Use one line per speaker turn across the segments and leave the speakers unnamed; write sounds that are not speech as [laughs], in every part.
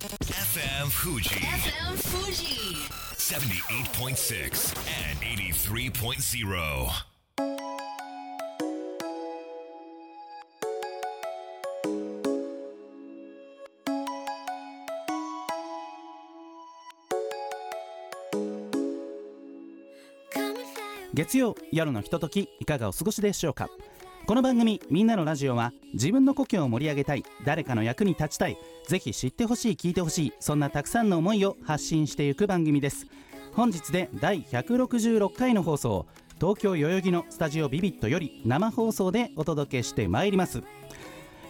FM Fuji
FM Fuji.
78.6 and 83.0.
月曜夜のひとときいかがお過ごしでしょうかこの番組「みんなのラジオは」自分の故郷を盛り上げたい誰かの役に立ちたいぜひ知ってほしい聞いてほしいそんなたくさんの思いを発信していく番組です本日で第166回の放送東京代々木のスタジオビビットより生放送でお届けしてまいります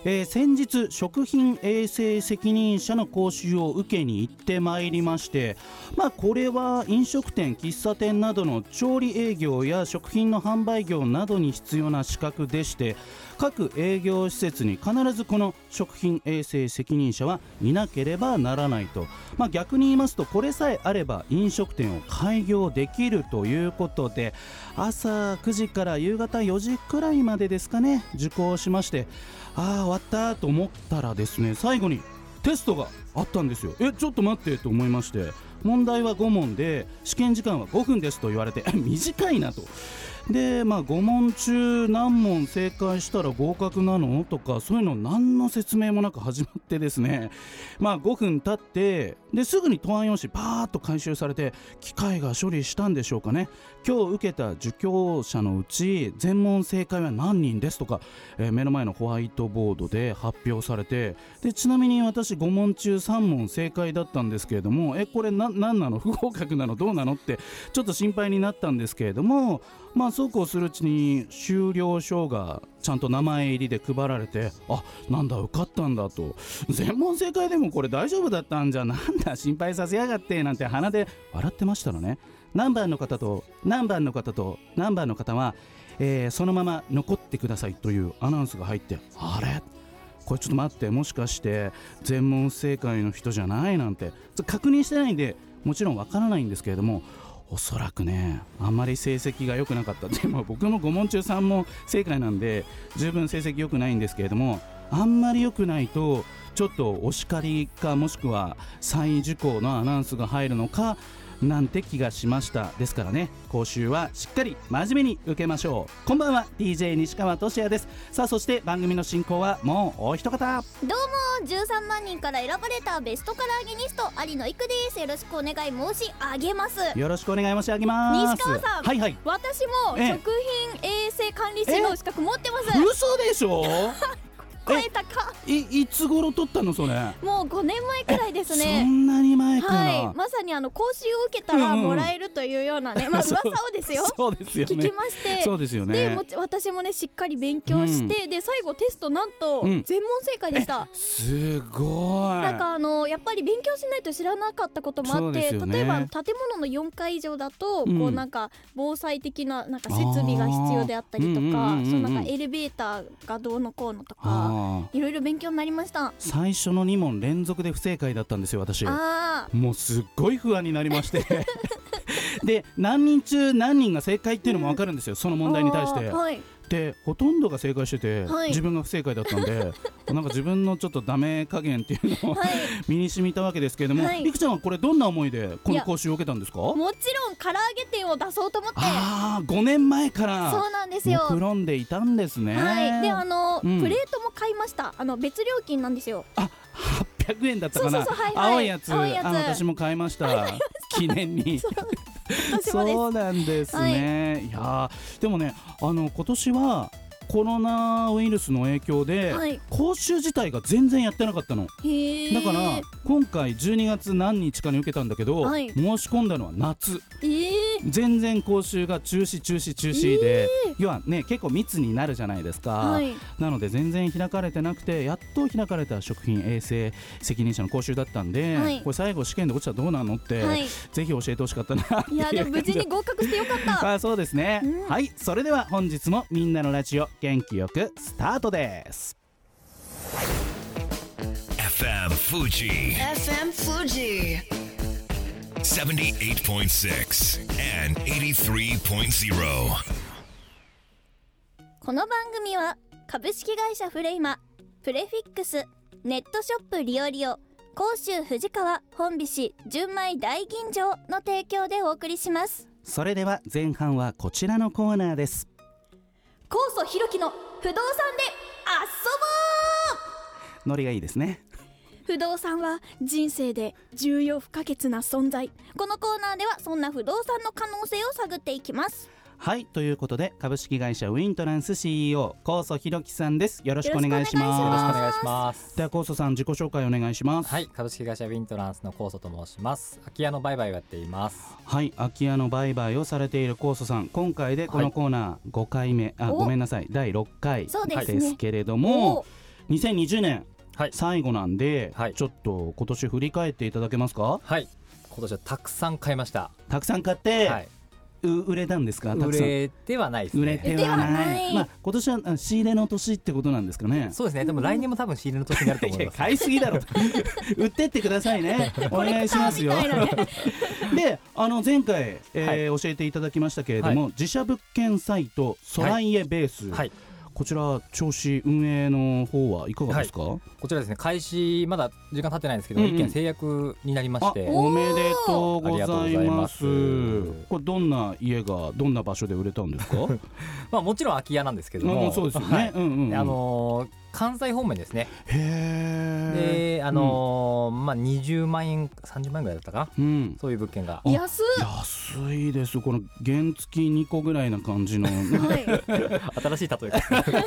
えー先日食品衛生責任者の講習を受けに行ってまいりましてまあこれは飲食店喫茶店などの調理営業や食品の販売業などに必要な資格でして各営業施設に必ずこの食品衛生責任者はいなければならないと、まあ、逆に言いますとこれさえあれば飲食店を開業できるということで朝9時から夕方4時くらいまでですかね受講しましてああ終わったと思ったらですね最後にテストがあったんですよえちょっと待ってと思いまして問題は5問で試験時間は5分ですと言われて短いなとでまあ5問中何問正解したら合格なのとかそういうの何の説明もなく始まってですねまあ5分経ってですぐに答案用紙パーッと回収されて機械が処理したんでしょうかね今日受けた受教者のうち全問正解は何人ですとか、えー目の前のホワイトボードで発表されてでちなみに私5問中3問正解だったんですけれどもえこれな何なの [laughs] 不合格なのどうなのってちょっと心配になったんですけれどもまあそうこうするうちに修了証がちゃんと名前入りで配られてあなんだ受かったんだと全問正解でもこれ大丈夫だったんじゃなんだ心配させやがってなんて鼻で笑ってましたのね何番の方と何番の方と何番の方は、えーそのまま残ってくださいというアナウンスが入ってあれこれちょっと待ってもしかして全問不正解の人じゃないなんて確認してないんでもちろんわからないんですけれどもおそらくねあんまり成績が良くなかったでも僕も5問中3問正解なんで十分成績良くないんですけれどもあんまり良くないとちょっとお叱りかもしくは再受講のアナウンスが入るのかなんて気がしましたですからね講習はしっかり真面目に受けましょうこんばんは DJ 西川俊也ですさあそして番組の進行はもうお一方
どうも13万人から選ばれたベストカラーゲニスト有野育ですよろしくお願い申し上げます
よろしくお願い申し上げます
西川さん
はいはい
私も
ええ
食品衛生管理士の資格持ってます
嘘で
[laughs]
しょ
超えたか
いいつ頃取ったのそれ
もう5年前くらいです
そ
ね
んなに前から、
はいまさにあの講習を受けた
う
ら
んうん
もらえるというような
[laughs]
ねまあ
そう
噂をですよ
そうですよね
聞きまして
そうですよ
で
ね
もち私もねしっかり勉強して、で最後テストなんと
うん
全問正解でした、
すごい
なんかあのやっぱり勉強しないと知らなかったこともあ
そう
っ
で
て、
すよね
例えば建物の4階以上だと、
うん
こうなんか防災的ななんか設備が必要であったりと
あーうんうんうん
か
うん
そうなんかエレベーターがどうのこうのとか
ああ
いろいろ勉強になりました。
最初の2問連続で不正解だったんですよ私
あー
もうすっごい不安になりまして
[laughs]
で何人中何人が正解っていうのも分かるんですよ、その問題に対して
あーはい、
でほとんどが正解してて、
はい
自分が不正解だったん
[laughs]
でなんか自分のちょっとダメ加減っていうのを [laughs]
はい、
身に染みたわけですけれども、、
はいい
くちゃんはこれどんな思いで
い
この
や
講習を受けたんですか
もちろん唐揚げ店を出そうと思って
ああ5年前から
そうなんですよ。
目論んでいたんですね、
はい、であの、
うん
プレートも買いましたあの別料金なんですよ
あ800円だったかな
そうそうそうはいはい
青いやつ
青いやつ
あの私も買いました記
[laughs]
念に
そう私もです
そうなんですね、い、やーでもねあの今年はコロナウイルスの影響で、
はい
講習自体が全然やってなかったの
へえ
だから今回12月何日かに受けたんだけど、
はい
申し込んだのは夏
ええ
全然講習が中止中止中止で、要はね結構密になるじゃないですか、
はい
なので全然開かれてなくてやっと開かれた食品衛生責任者の講習だったんで、
はい
これ最後試験で落ちたらどうなのって、
はい
ぜひ教えてほしかったなって
いや
い
で
う
も無
感じ
事に合格してよかった
ああそうですね、
うん
はいそれでは本日もみんなのラジオ元気よくスタートです
FM Fuji
FM Fuji.
78.6 and 83.0.
この番組は株式会社フレイマプレフィックスネットショップリオリオ甲州藤川本美市純米大吟醸の提供でお送りします
それでは前半はこちらのコーナーです
高祖ひろきの不動産で遊ぼう
ノリがいいですね
不動産は人生で重要不可欠な存在このコーナーではそんな不動産の可能性を探っていきます
はいということで株式会社ウィントランス CEO 高祖弘樹さんですよろしくお願いし
よろ
よろし
ま
くお願いします
すでは高祖さん自己紹介お願いします
はい株式会社ウィントランスのコウソと申します空き家の売買をやっています
はい空き家の売買をされている高祖さん今回でこのコーナー5回目、あ
お
ごめんなさい第6回
そうですね
ですけれど
お
も、2020年
はい
最後なんで、
はい
ちょっと今年振り返っていただけますか
はい今年はたくさん買いました、
たくさん買って、
はいう
売れたんですかた
売
くさん
れてはないですね
売れては
では
ない
ない
まあ、今年はあ仕入れの年ってことなんですかね
[laughs] そうですねでも来年も多分仕入れの年になると思
い
い
や [laughs]
ます
買いすぎ
[laughs]
だろ売ってってくださいねお願いしますよ
コレクターみたいな
[laughs] であの前回、えー教えていただきましたけれども、自社物件サイトソライエベース、
はい
こちら調子運営の方はいかがですか、
こちらですね開始まだ時間経ってないんですけど、
うんうん
一件制約になりま
あ
して
おめでとうござ
あり
い
がとうござい
ま
ますす
これどんな家がどんな場所で売れたんです
[laughs]
か
まあもちろん空き家なんですけど
う
も
んそうですよね、
はい
うんうんうん
あのー関西方面ですね、
へえ
であのーまあ20万円30万円ぐらいだったかな
うん
そういう物件が
あ
安っ
安いですよこの原付2個ぐらいな感
[laughs]
じの
はい、
新しい例
[laughs]
え方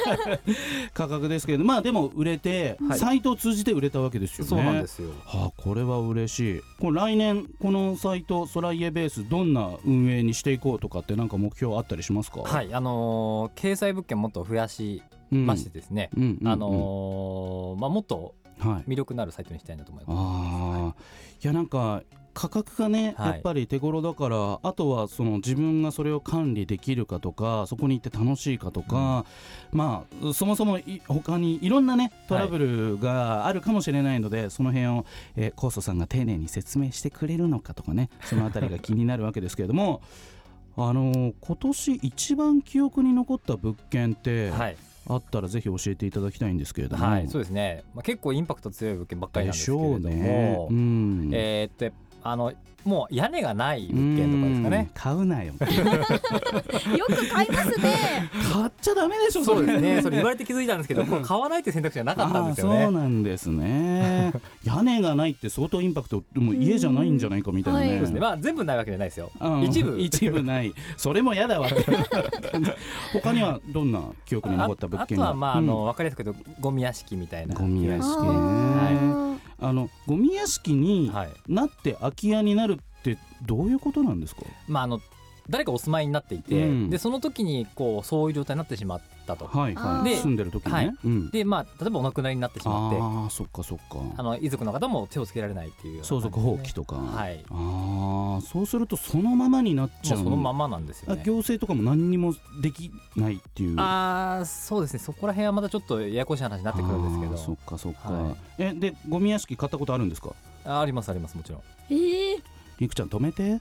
価格ですけれどまあでも売れて、
はい
サイトを通じて売れたわけですよね
そうなんですよ
はあ、これは嬉しいこれ来年このサイトソライエベースどんな運営にしていこうとかってなんか目標あったりしますか、
はいいあのー掲載物件もっと増やし
うん
ましてですね、
うんうんうん
あのーまあ、もっと
はい、
魅力のあるサイトにしたいなと思います。
あーいやなんか価格がね、
はい
やっぱり手頃だからあとはその自分がそれを管理できるかとかそこに行って楽しいかとか、まあそもそもい他にいろんなねトラブルがあるかもしれないので、その辺を、えー、コーソさんが丁寧に説明してくれるのかとかねそのあたりが気になるわけですけれど
[laughs]
もあのー今年一番記憶に残った物件って、
はい、
あったらぜひ教えていただきたいんですけれども。
はい、そうですね、まあ、結構インパクト強い物件ばっかりなん
で
で
し
すけれ
ょう
ども、
ね。うん
えーっとあのもう屋根がない物件とかですかね
うん。買うなよ
よく買いますね
買っちゃダメでしょ
そうですね、 [laughs] それ言われて気づいたんですけど、これ買わないって選択肢はなかったんですよ
あーそう
ね。
なんです
[laughs]
ね屋根がないって相当インパクトもう家じゃないんじゃないかみたいなね、
うんはい
そうですねまあ、全部ないわけじゃないですよ。
うん
一部
一部ないそれも嫌
[laughs]
だわ他にはどんな記憶に
あ
残った物
あ
件
と
が
は、まあ、あの、わかりやすく言うと、ゴミ屋敷みたい
うん
な。
ゴミ
[laughs]
屋
あ
敷ね
ー
あのゴミ屋敷に
はい、
なって空き家になるってどういうことなんですか、
まあ、あの、誰かお住まいになっていて、
うん
で、その時に、こう、そういう状態になってしまったと。
はい
あ
は
ー
い
で
住んでる時ね、
はい
うん、
で、まあ、例えば、お亡くなりになってしまって。
ああそっかそっか
あの遺族の方も手をつけられないっていうような
相続放棄と
と
か、
はい
ああそうするとそのままになっち
も
ゃ
う
う
そのままなんですよ
あ
ね
行政とかも何にもできないっていう
ああそうですねそこら辺はまたちょっとややこしい話になってくる
あ
ん
ー
ですけ
そっ
ど
かそっか、
はい
えでゴミ屋敷買ったことあるんですか
あありますありますもちろん
えー
りくちゃん止めて、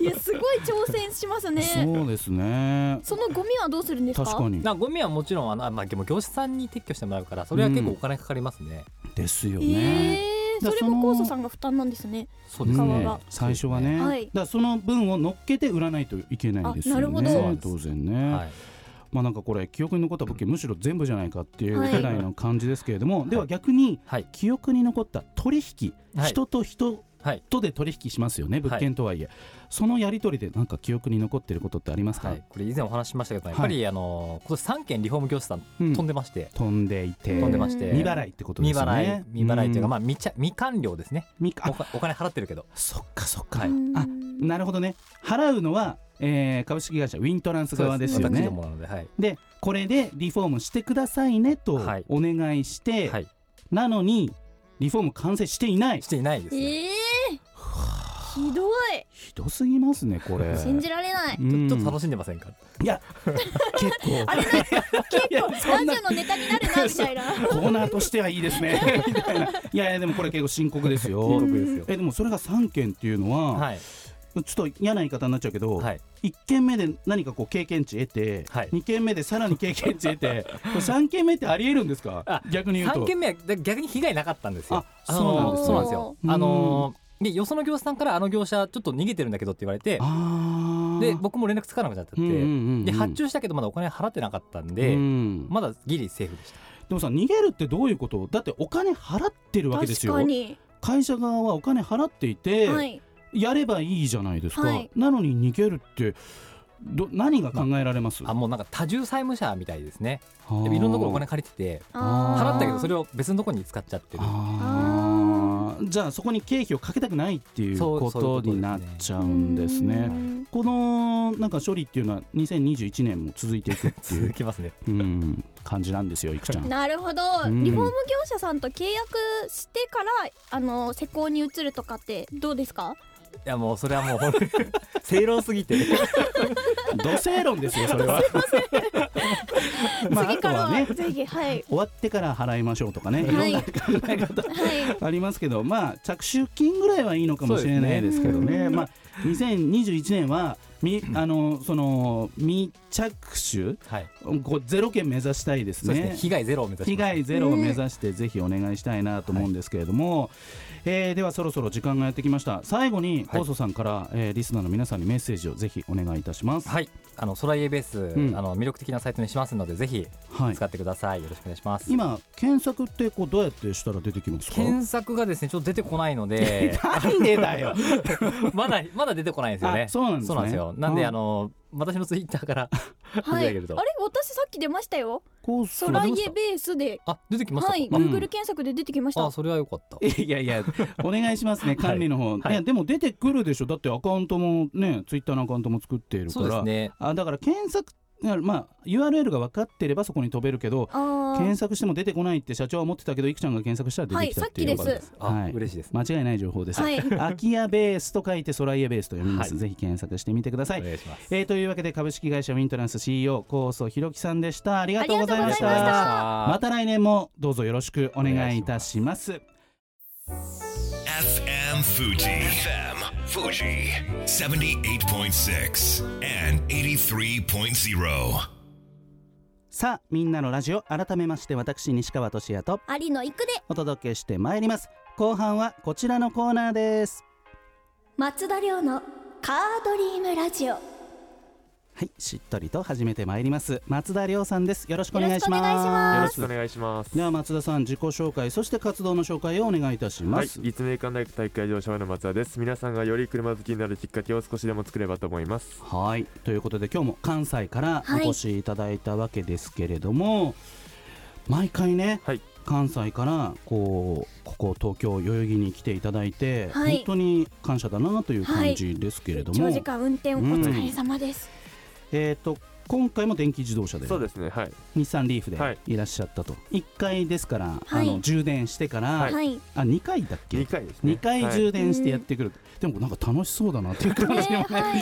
いやすごい挑戦しますね
そうですね
そのゴミはどうするんですか
確かに
なゴミはもちろんあの、あまあ、でも業者さんに撤去してもらうからそれは結構お金かかりますね、
ですよ
え
ね、
えー、それ
だからその
も高祖さんが負担なんですね
そう
う
です
川
ね
が
最初はね
はい
だからその分を乗っけて売らないといけないですよね
あなるほ
ど
当然ね、
はい、
まあなんかこれ記憶に残った物件むしろ全部じゃないかっていう
はい
ぐらいの感じですけれども、
い
では逆に
はい
記憶に残った取引、
はい
人と人
はい
とで取引しますよね物件とはいえ、そのやり取りでなんか記憶に残ってることってありますか、
はい、これ以前お話ししましたけどやっぱり、あの今年3件リフォーム業者さん
うん
飛んでまして、
飛んでいて
飛んでまして
未払いってことで
未
すよ
払い
ね
未払いというか、
ん
まあ未ちゃ未完了ですね
み
お
あ
かお金払ってるけど
そっかそっか、
はい
あなるほどね払うのは、えー株式会社ウィントランス側ですよ
私
ね
どもなのではい、
でこれでリフォームしてくださいねと
はい
お願いして、
はい、
なのにリフォーム完成していない
していないです、ね、
ええー、ひどい
ひどすぎますねこれ
信じられない
ち
う
ょ
ん
ちょっと楽しんでませんか、
いや結構いやそ
ラ
ん
ジ
な
オのネタになるなみたいな
コーナーとしてはいいですねみたいないやいやでもこれ結構深刻ですよ
深刻ですよ
えでもそれが3件っていうのは、
はい
ちょっと嫌な言い方になっちゃうけど、
はい
一1軒目で何かこう経験値得て、
はい
二2軒目でさらに経験値得てこれ3軒目ってありえるんですか
あ
逆に言うと
3軒目はだ逆に被害なかったんですよ。
あ
の
そうなんですね
そうなんですよ。
うん
あのーでよその業者さんからあの業者ちょっと逃げてるんだけどって言われて
あー
で僕も連絡つかなくなっちゃって、
うんうんうんうん
で発注したけどまだお金払ってなかったんで、
うん
まだギリセーフでした。
でもさ逃げるってどういうことだってお金払ってるわけです
確
よ
かに、
会社側はお金払っていて、
はい
やればいいじゃないですか、
はい
なのに逃げるってど何が考えられます、
あもうなんか多重債務者みたいですね。
あ
で
ー
いろんなところお金借りてて
あー
払ったけどそ
れ
れを別のところに使っちゃってる。
あーじゃあそこに経費をかけたくないっていう
そう
こ
そういうこととですね
になっちゃうんですね。このなんか処理っていうのは2021年も続いていくってい
[laughs] 続
う、
きますね。
うん、感じなんですよいくち
[laughs]
ゃん。
なるほど、
うん
リフォーム業者さんと契約してからあの施工に移るとかってどうですか
いやもうそれはもう
[laughs]
本当に正論すぎて
土星論ですよそれは。まあ
[laughs]
あ
次
と
から
は
は、
ね
ぜひはい
終わってから払いましょうとかねいろん
はい
な考え方 [laughs]
はい
ありますけどまあ着手金ぐらいはいいのかもしれないですけど
そう
ね
ですね
まあ2021年はみあのその未着
はい。
手こうゼロ件目指したいです
そうです
ね
ね。被害ゼロを目指し
被
ます。
害ゼロを目指してぜひお願いしたいなと思うんですけれども、えーではそろそろ時間がやってきました最後に
はい
放送さんから、えーリスナーの皆さんにメッセージをぜひお願いいたします
はい、あのソライエベース、
ん
あの魅力的なサイトにしますので、ぜひ
はい
使ってください。よろしくお願いします。
今検索ってこうどうやってしたら出てきますか、
検索がですね、ちょっと出てこないので
[laughs] なんでだよ
まだまだ出てこないんですよね
あ。そうなんですね
よ。なんで
うん
あの私のツイッタ
[laughs]
ーから
は
は
い、
い上
あ
げ
れ
ると
私さっき出ましたよ
コース
ソライエベースで
あ出てきましたか。
はい、
うん
Google 検索で出てきまし
あ
た
あそれは良かった。
いやいやお願いしますね管理の方、い
はい
やでも出てくるでしょだってアカウントもねツイッターのアカウントも作っているか
そうで
ら、
すね。
あだから検索まあ URL が分かってればそこに飛べるけど
あー
検索しても出てこないって社長は思ってたけどいくちゃんが検索したら出てきたっていう
は
こ
い
と
さ
で
っ
す
き
そ
で
うです。あ、
はい
嬉しいです。
間違いない情報です。
はい
空き家ベースと書いてソライエベースと読みます。
はい
ぜひ検索してみてくださ
お
い。
願いします。
えーというわけで株式会社ウィントランス CEO 高曽ひろきさんでした。ありが
が
と
と
う
う
ご
ご
ざ
ざい
いま
ま
し。
したた
ま
ま
た来年もどうぞよろしくお願いいたします。
FM Fuji. FM Fuji. 78.6 and 83.0.
さあみんなのラジオ改めまして私西川俊也と
有野行くで
お届けしてまいります。後半はこちらのコーナーです。
松田亮のカードリームラジオよ
はい、しっとりと始めてまいります。松田亮さんです。よろしくお願いし
よろしくお願いし
ま。
ますす
よろしくお願いします。
では松田さん自己紹介そして活動の紹介をお願いいたしま
はい、
す。
立命館大学体育会乗車部の松田です。皆さんがより車好きになるきっかけを少しでも作ればと思います。
はいということで今日も関西から
はい
お越しいただいたわけですけれども、毎回ね、
はい
関西からこうここ東京代々木に来ていただいて、
はい
本当に感謝だなという感じですけれども、
長時間運転お疲れ様です、
えー、と今回も電気自動車で
そうですね、はい、
日産リーフで
はい
いらっしゃったと、一1回ですから、
はい
あの充電してから、
はい
はい
あ2回だっけ
二回ですね。
2回充電してやってくる、でもなんか楽しそうだなっていう感じも、ね
は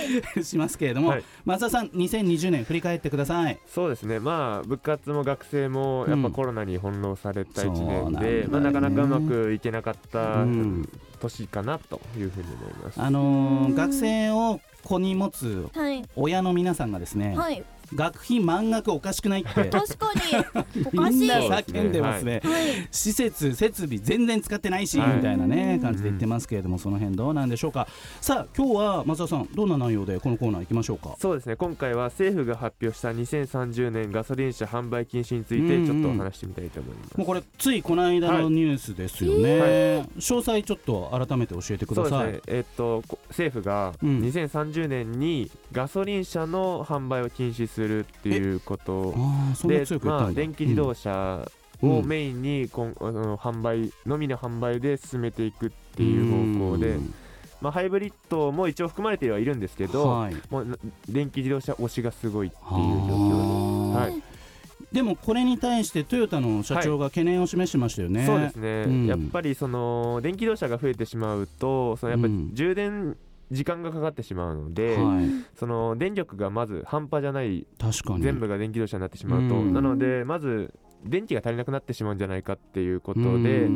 い
しますけれども、
はい
松田さん2020年振り返ってください
そうですね、まあ部活も学生もやっぱコロナに翻弄された一
そうなん
年
だよ
で、
ね
まあなかなかうまくいけなかった
うん
年かなというふうに思います。
あのー
うん
学生を子に持つ
はい、
親の皆さんがですね、
はい、
学費満額おかしくないって
確かにおかし
みん
い
な
は
叫んでますね、
い
施設設備全然使ってないし、
はい
みたいなね
うん
感じで言ってますけれどもその辺どうなんでしょうかさあ今日は松田さんどんな内容でこのコーナー行きましょうか
そうですね今回は政府が発表した2030年ガソリン車販売禁止についてちょっとお話ししてみたいと思います。
もうこれついこの間の
はい
ニュースですよね、
はい
詳細ちょっと改めて教えてく
そ
だ
うです
さい、
ね、えっとこ政府が
うん
2030年にガソリン車の販売を禁止するっていうこと
ああそんな
で
強、く言ったんだ
まあ、電気自動車
うん
をメインにこん、あの販売のみの販売で進めていくっていう方向で、
うん
まあ、ハイブリッドも一応含まれてはいるんですけど、
はい
もうな電気自動車推しがすごいっていう状況
は
はい
い、でもこれに対してトヨタの社長が懸念を示してましたよね、
そうですね、
うん
やっぱりその電気自動車が増えてしまうとそのやっぱ
うん
り充電時間がかかってしまうので、
はい、
その電力がまず半端じゃない
確かに
全部が電気自動車になってしまうと、
うん
なのでまず電気が足りなくなってしまうんじゃないかっていうこと
うん
で、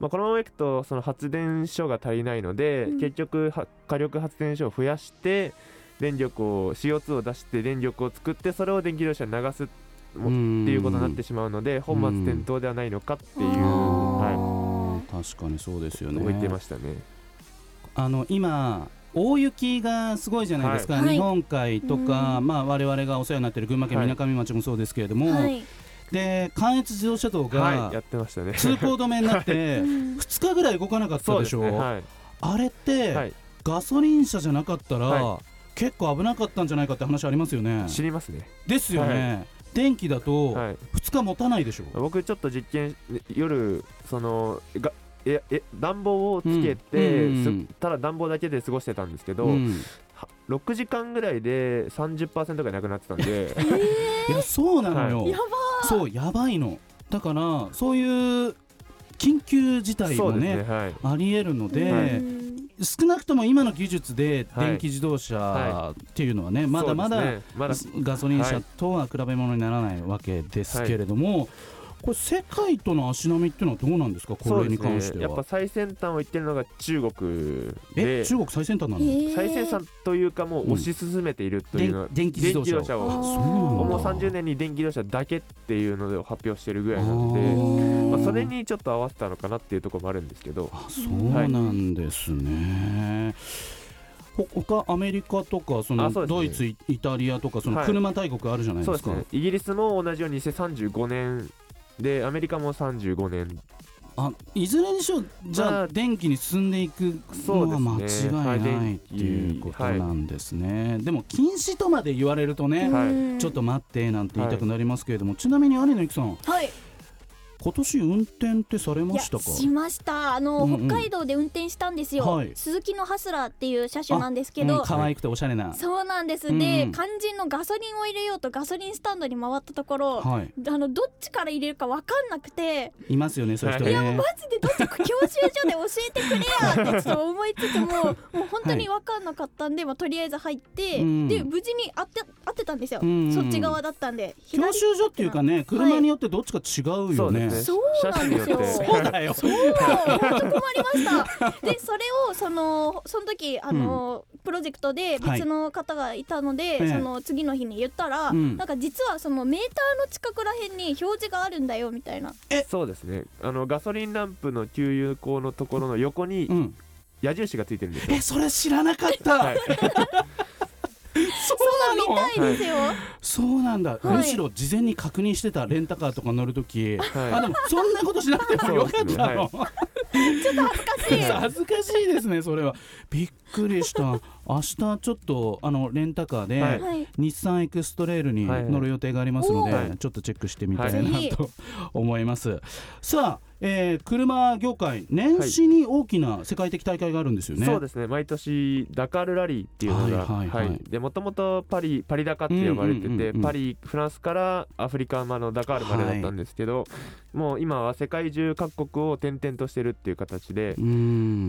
まあ、このままいくとその発電所が足りないので、
うん
結局は火力発電所を増やして電力を CO2 を出して電力を作ってそれを電気自動車に流すっ
うん
ていうことになってしまうので、本末転倒ではないのかっていう、
うん
は
確かにそうですよ
い、
ね
動いてましたね。
あの今大雪がすごいじゃないですか、
はい
日本海とか、
う
まあ、我々がお世話になっている群馬県
は
み
い
なかみ町もそうですけれども、
はい、
で関越自動車道
はい、や
が
ってましたね。
通行止めになって
うん
2日ぐらい動かなかったでしょ
ね、はい、
あれって、
はい
ガソリン車じゃなかったら、
は
結構危なかったんじゃないかって話ありますよね。
知りますね。
ですよね、電気だと
はい、
2日持たないでしょ。
僕ちょっと実験夜そのがええ暖房をつけて、
うん
す
うん
ただ暖房だけで過ごしてたんですけど、
うん
は6時間ぐらいで30%がなくなってたん
[laughs]
で
いやそうなのよ、
やば
そうやばいのだからそういう緊急事態
そ
も
うですね
ね
はい
ありえるので、
は
うん
少なくとも今の技術で
はい
電気自動車
は
っていうのはね、まだまだ、
そうですねまだ
ガソリン
は
車
い
とは比べ物にならないわけですけれども、これ世界との足並みっていうのはどうなんですかこ
そう
れに
ですね
関して
やっ
は
ぱ。最先端を言ってるのが中国
え
で
中国最先端なの、
へえ
最先端というかもう推し進めているというのは、
で電気自動車を
あ
電
そ
を
うなんだ
もう30年に電気自動車だけっていうのを発表してるぐらいなの
あ
で、
ー
まあ、それにちょっと合わせたのかなっていうところもあるんですけど
あそうなんですね。ほ他アメリカとかその
あそうですね
ドイツイイタリアとかその
はい
車大国あるじゃない
そう
で
ですす
か。
ねイギリスも同じように2035年でアメリカも35年
あいずれにしろじ
ま
ゃあ
あ
電気に進んでいくのは
そう
間
です
違
ね
いな
はいい
っていうことなんですね。でも禁止とまで言われるとね、
はい
うん
ちょっと待ってなんて言いたくなりますけれども、ちなみに有野ゆきさん
はい
今年運転ってされ
い
ま
や
したか
しましたあの、
うんうん
北海道で運転したんですよ、
はい
鈴木のハスラーっていう車種なんですけ
う
ど
ん、可愛くておしゃれな。
そうなんです、
うんうん
で肝心のガソリンを入れようとガソリンスタンドに回ったところ、
はい、
あのどっちから入れるか分かんなくて
いますよね、そういう人ね。
マジでどっちか教習所で教えてくれやってちょっと思いつつももう本当に
[laughs]
分かんなかったんで、まあ、とりあえず入って、
うん
で無事に当て合ってたんですよ、
うんうん
そっち側だったんで
教習所っていうかね、車によってどっちか違うよね。
そうなんですよ
車種によって
そうだよ。
そう本当困りま
[laughs]
した。でそれをそのその時あの、プロジェクトで別の方がいたので、
ええ
その次の日に言ったら、
うん
なんか実はそのメーターの近くらへんに表示があるんだよみたいな。
そうですねあのガソリンランプの給油口のところの横に
うん。
矢印がついてるんですよ、
え、それ知らなかった。
[laughs] はい、
そう
み
なの。
たいですよ。
そうなんだ、
はい
むしろ事前に確認してたレンタカーとか乗るとき、
はい
あでもそんなことしなくてもよかったの、
恥ずかしい。
[laughs] 恥ずかしいですねそれはびっくりした明日ちょっとあのレンタカーで、
はい
はい。
日産エクストレイルに乗る予定がありますので、
はいはいおー
ちょっとチェックしてみたい
は
ないと思います、さあ、えー車業界年始に大きな世界的大会があるんですよね、
そうですね毎年ダカールラリーっていうのが
はいはいはい
でもともとパリパリダカって呼ばれてて、
うんうんうんうん
パリフランスからアフリカまでのダカールまでだったんですけど、もう今は世界中各国を転々としてるっていう形で、
うー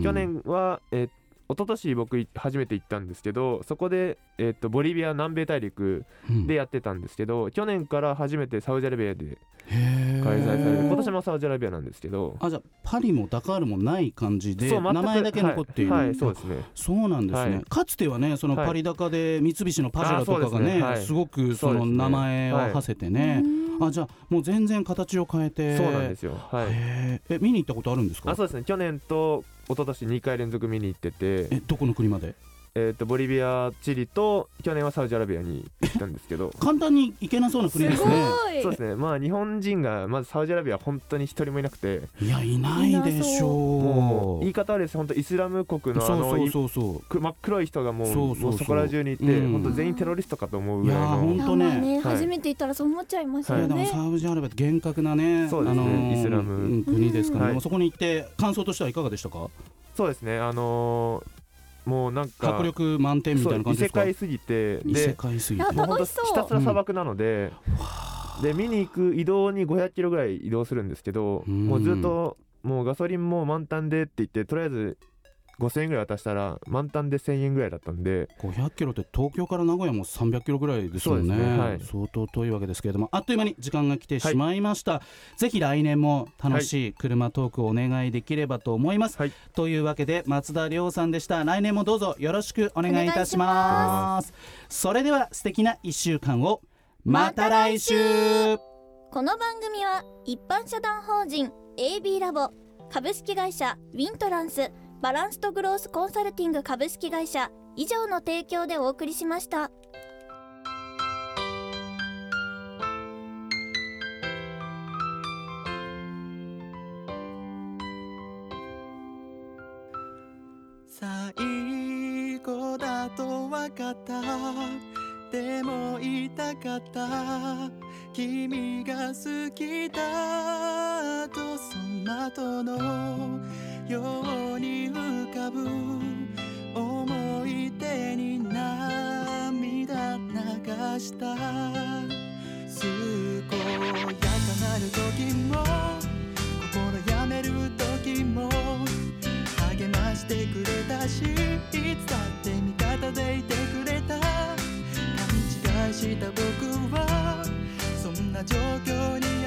ん
去年は、えー一昨年僕い初めて行ったんですけどそこで、えー、とボリビア南米大陸
うん
でやってたんですけど、去年から初めてサウジアラビアで
へー
開催されて今年もサウジアラビアなんですけど
あじゃあパリもダカールもない感じで
そう全く
名前だけ残っている、
はい、はいそうですね
そうなんですね、
はい
かつてはねその
はい
パリ高で三菱のパジェロとかがね,、
あそうですねはい
すごくその
そうですね
名前を馳せてね、
うん
あじゃあもう全然形を変えて
そうなんですよはい
へーえ見に行ったことあるんですか
あそうですね去年と一昨年2回連続見に行ってて、
えどこの国まで
えー、とボリビアチリと去年はサウジアラビアに行ったんですけど
簡単に行けなそうな国ですね
い
そうですねまあ日本人がまずサウジアラビアは本当に一人もいなくて
いやいないでしょう
もう言い方はですね本当イスラム国のあ
そう
の
そうそうそう
く真っ黒い人がもう
そ
そう
そうそう
もうそこら中にいて、
うん
本当全員テロリストかと思う
い
ぐ
や
ら
ー
い
ほん
の
とね
いやまあね
はい
初めて行ったらそう思っちゃいます
い
よ
やでも
ね。
サウジアラビアって厳格なね
そうですね
あのー
イスラム
うん国ですから、ね
うんはい
そこに行って感想としてはいかがでしたか
そうですねあのーもうなんか
迫力満点みたいな
そう
感
異
じで
世
すか
界すぎて
異世
で
界すぎて
や
もうほんと
楽しそう
ひたすら砂漠なので、で見に行く移動に500キロぐらい移動するんですけど、
うん
もうずっともうガソリンも満タンでって言ってとりあえず5000円ぐらい渡したら満タンで1000円ぐらいだったんで
500キロって東京から名古屋も300キロぐらいですもんね
そうですねはい
相当遠いわけですけれどもあっという間に時間が来てしまいました、ぜひ来年も楽しい車トークをお願いできればと思います、
はい
というわけで松田亮さんでした来年もどうぞよろしくお願いいたしますそれでは素敵な1週間をまた来週
この番組は一般社団法人 AB ラボ株式会社ウィントランスバランスとグロースコンサルティング株式会社以上の提供でお送りしました。
最後だと分かったでも言いたかった君が好きだとその後のように浮かぶ思い出に涙流した健やかなる時も心やめる時も励ましてくれたしいつだって味方でいてくれた勘違いした僕はそんな状況に